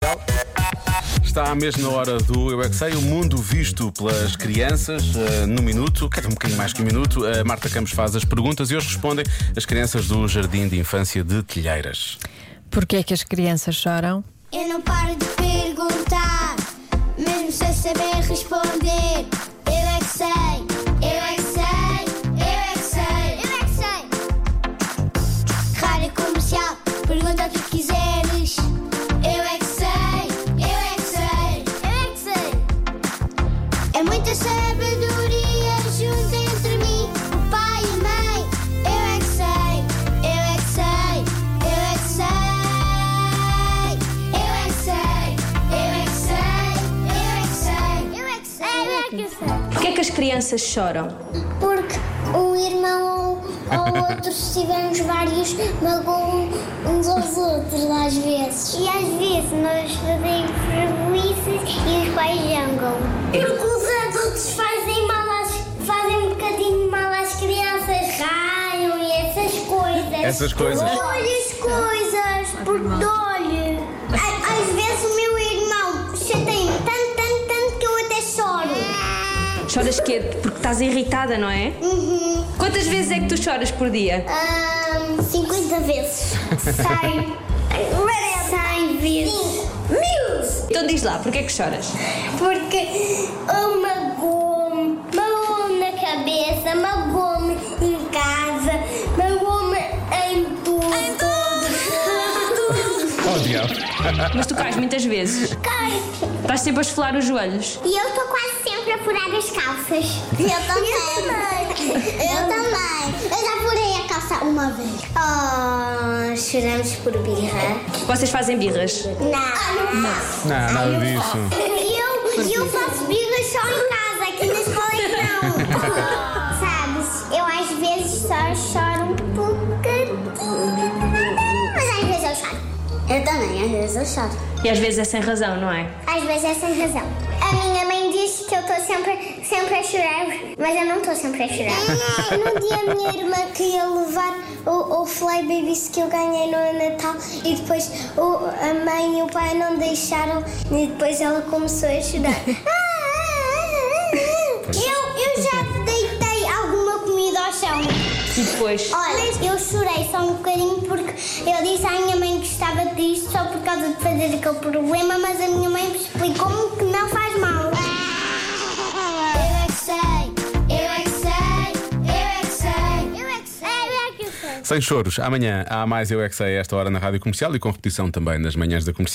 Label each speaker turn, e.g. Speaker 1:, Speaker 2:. Speaker 1: Comercial. Está à mesma hora do Eu é que Sei, o mundo visto pelas crianças eh, no minuto, quer dizer, um bocadinho mais que um minuto. A Marta Campos faz as perguntas e hoje respondem as crianças do Jardim de Infância de Telheiras.
Speaker 2: Porquê é que as crianças choram?
Speaker 3: Eu não paro de perguntar, mesmo sem saber responder. Eu é que sei, eu é que sei, eu é que sei, eu é que sei. Rádio comercial, pergunta o que quiseres. Eu é que sei, eu é que sei, eu é que sei. É muita sabedoria junta entre mim, o pai e a mãe. Eu é que sei, eu é que sei, eu é que sei. Eu é que sei, eu é que sei, eu é que sei, eu é que sei. Eu é que sei.
Speaker 4: Porquê é que as crianças choram?
Speaker 3: Porque o irmão ou, ou outro, se tivermos vários, magoam uns aos outros às vezes. E às vezes nós fazemos prejuízos e os pais jangam. Porque os adultos fazem mal às, fazem um bocadinho mal às crianças, raiam e essas coisas.
Speaker 1: Essas coisas.
Speaker 3: Dou-lhes coisas, porque dou-lhe. Á- Às vezes o meu irmão chateia-me tanto, tanto, tanto que eu até choro.
Speaker 4: Choras quê? Porque estás irritada, não é?
Speaker 3: Uhum.
Speaker 4: Quantas vezes é que tu choras por dia?
Speaker 3: Ahn, 50 vezes. 100. 100 vezes. Mil!
Speaker 4: Então diz lá, porquê é que choras?
Speaker 3: Porque uma gome, magoou-me na cabeça, magoou-me em casa, magoou-me em tudo. Em tudo!
Speaker 1: Oh, diabo.
Speaker 4: Mas tu cais muitas vezes. Estás sempre a esfolar os joelhos.
Speaker 3: E eu estou quase sempre a furar as calças. Eu também. Eu também. Eu já furei a calça uma vez. Oh, choramos por birra.
Speaker 4: Vocês fazem birras.
Speaker 3: Não. não.
Speaker 1: Não, nada disso.
Speaker 3: Eu, eu faço birra só em casa, aqui na escola é não. Sabes, eu às vezes só choro um bocadinho. Mas às vezes eu choro. Eu também, às vezes eu choro.
Speaker 4: E às vezes é sem razão, não é?
Speaker 3: Às vezes é sem razão. A minha mãe diz que eu estou sempre, sempre a chorar, mas eu não estou sempre a chorar. No dia a minha irmã queria levar o, o Fly Babies que eu ganhei no Natal e depois o- a mãe e o pai não deixaram e depois ela começou a chorar. Ah, eu, eu já deitei alguma comida ao chão.
Speaker 4: E depois.
Speaker 3: Olha, eu chorei só um bocadinho porque eu disse à minha mãe que estava triste só por causa de fazer aquele problema, mas a minha mãe explicou-me que não faz mal. Eu é que sei, eu é que sei, eu é que sei, eu é que sei, eu é que sei.
Speaker 1: Sem choros, amanhã há mais Eu é que Sei a esta hora na Rádio Comercial e com repetição também nas manhãs da comercial.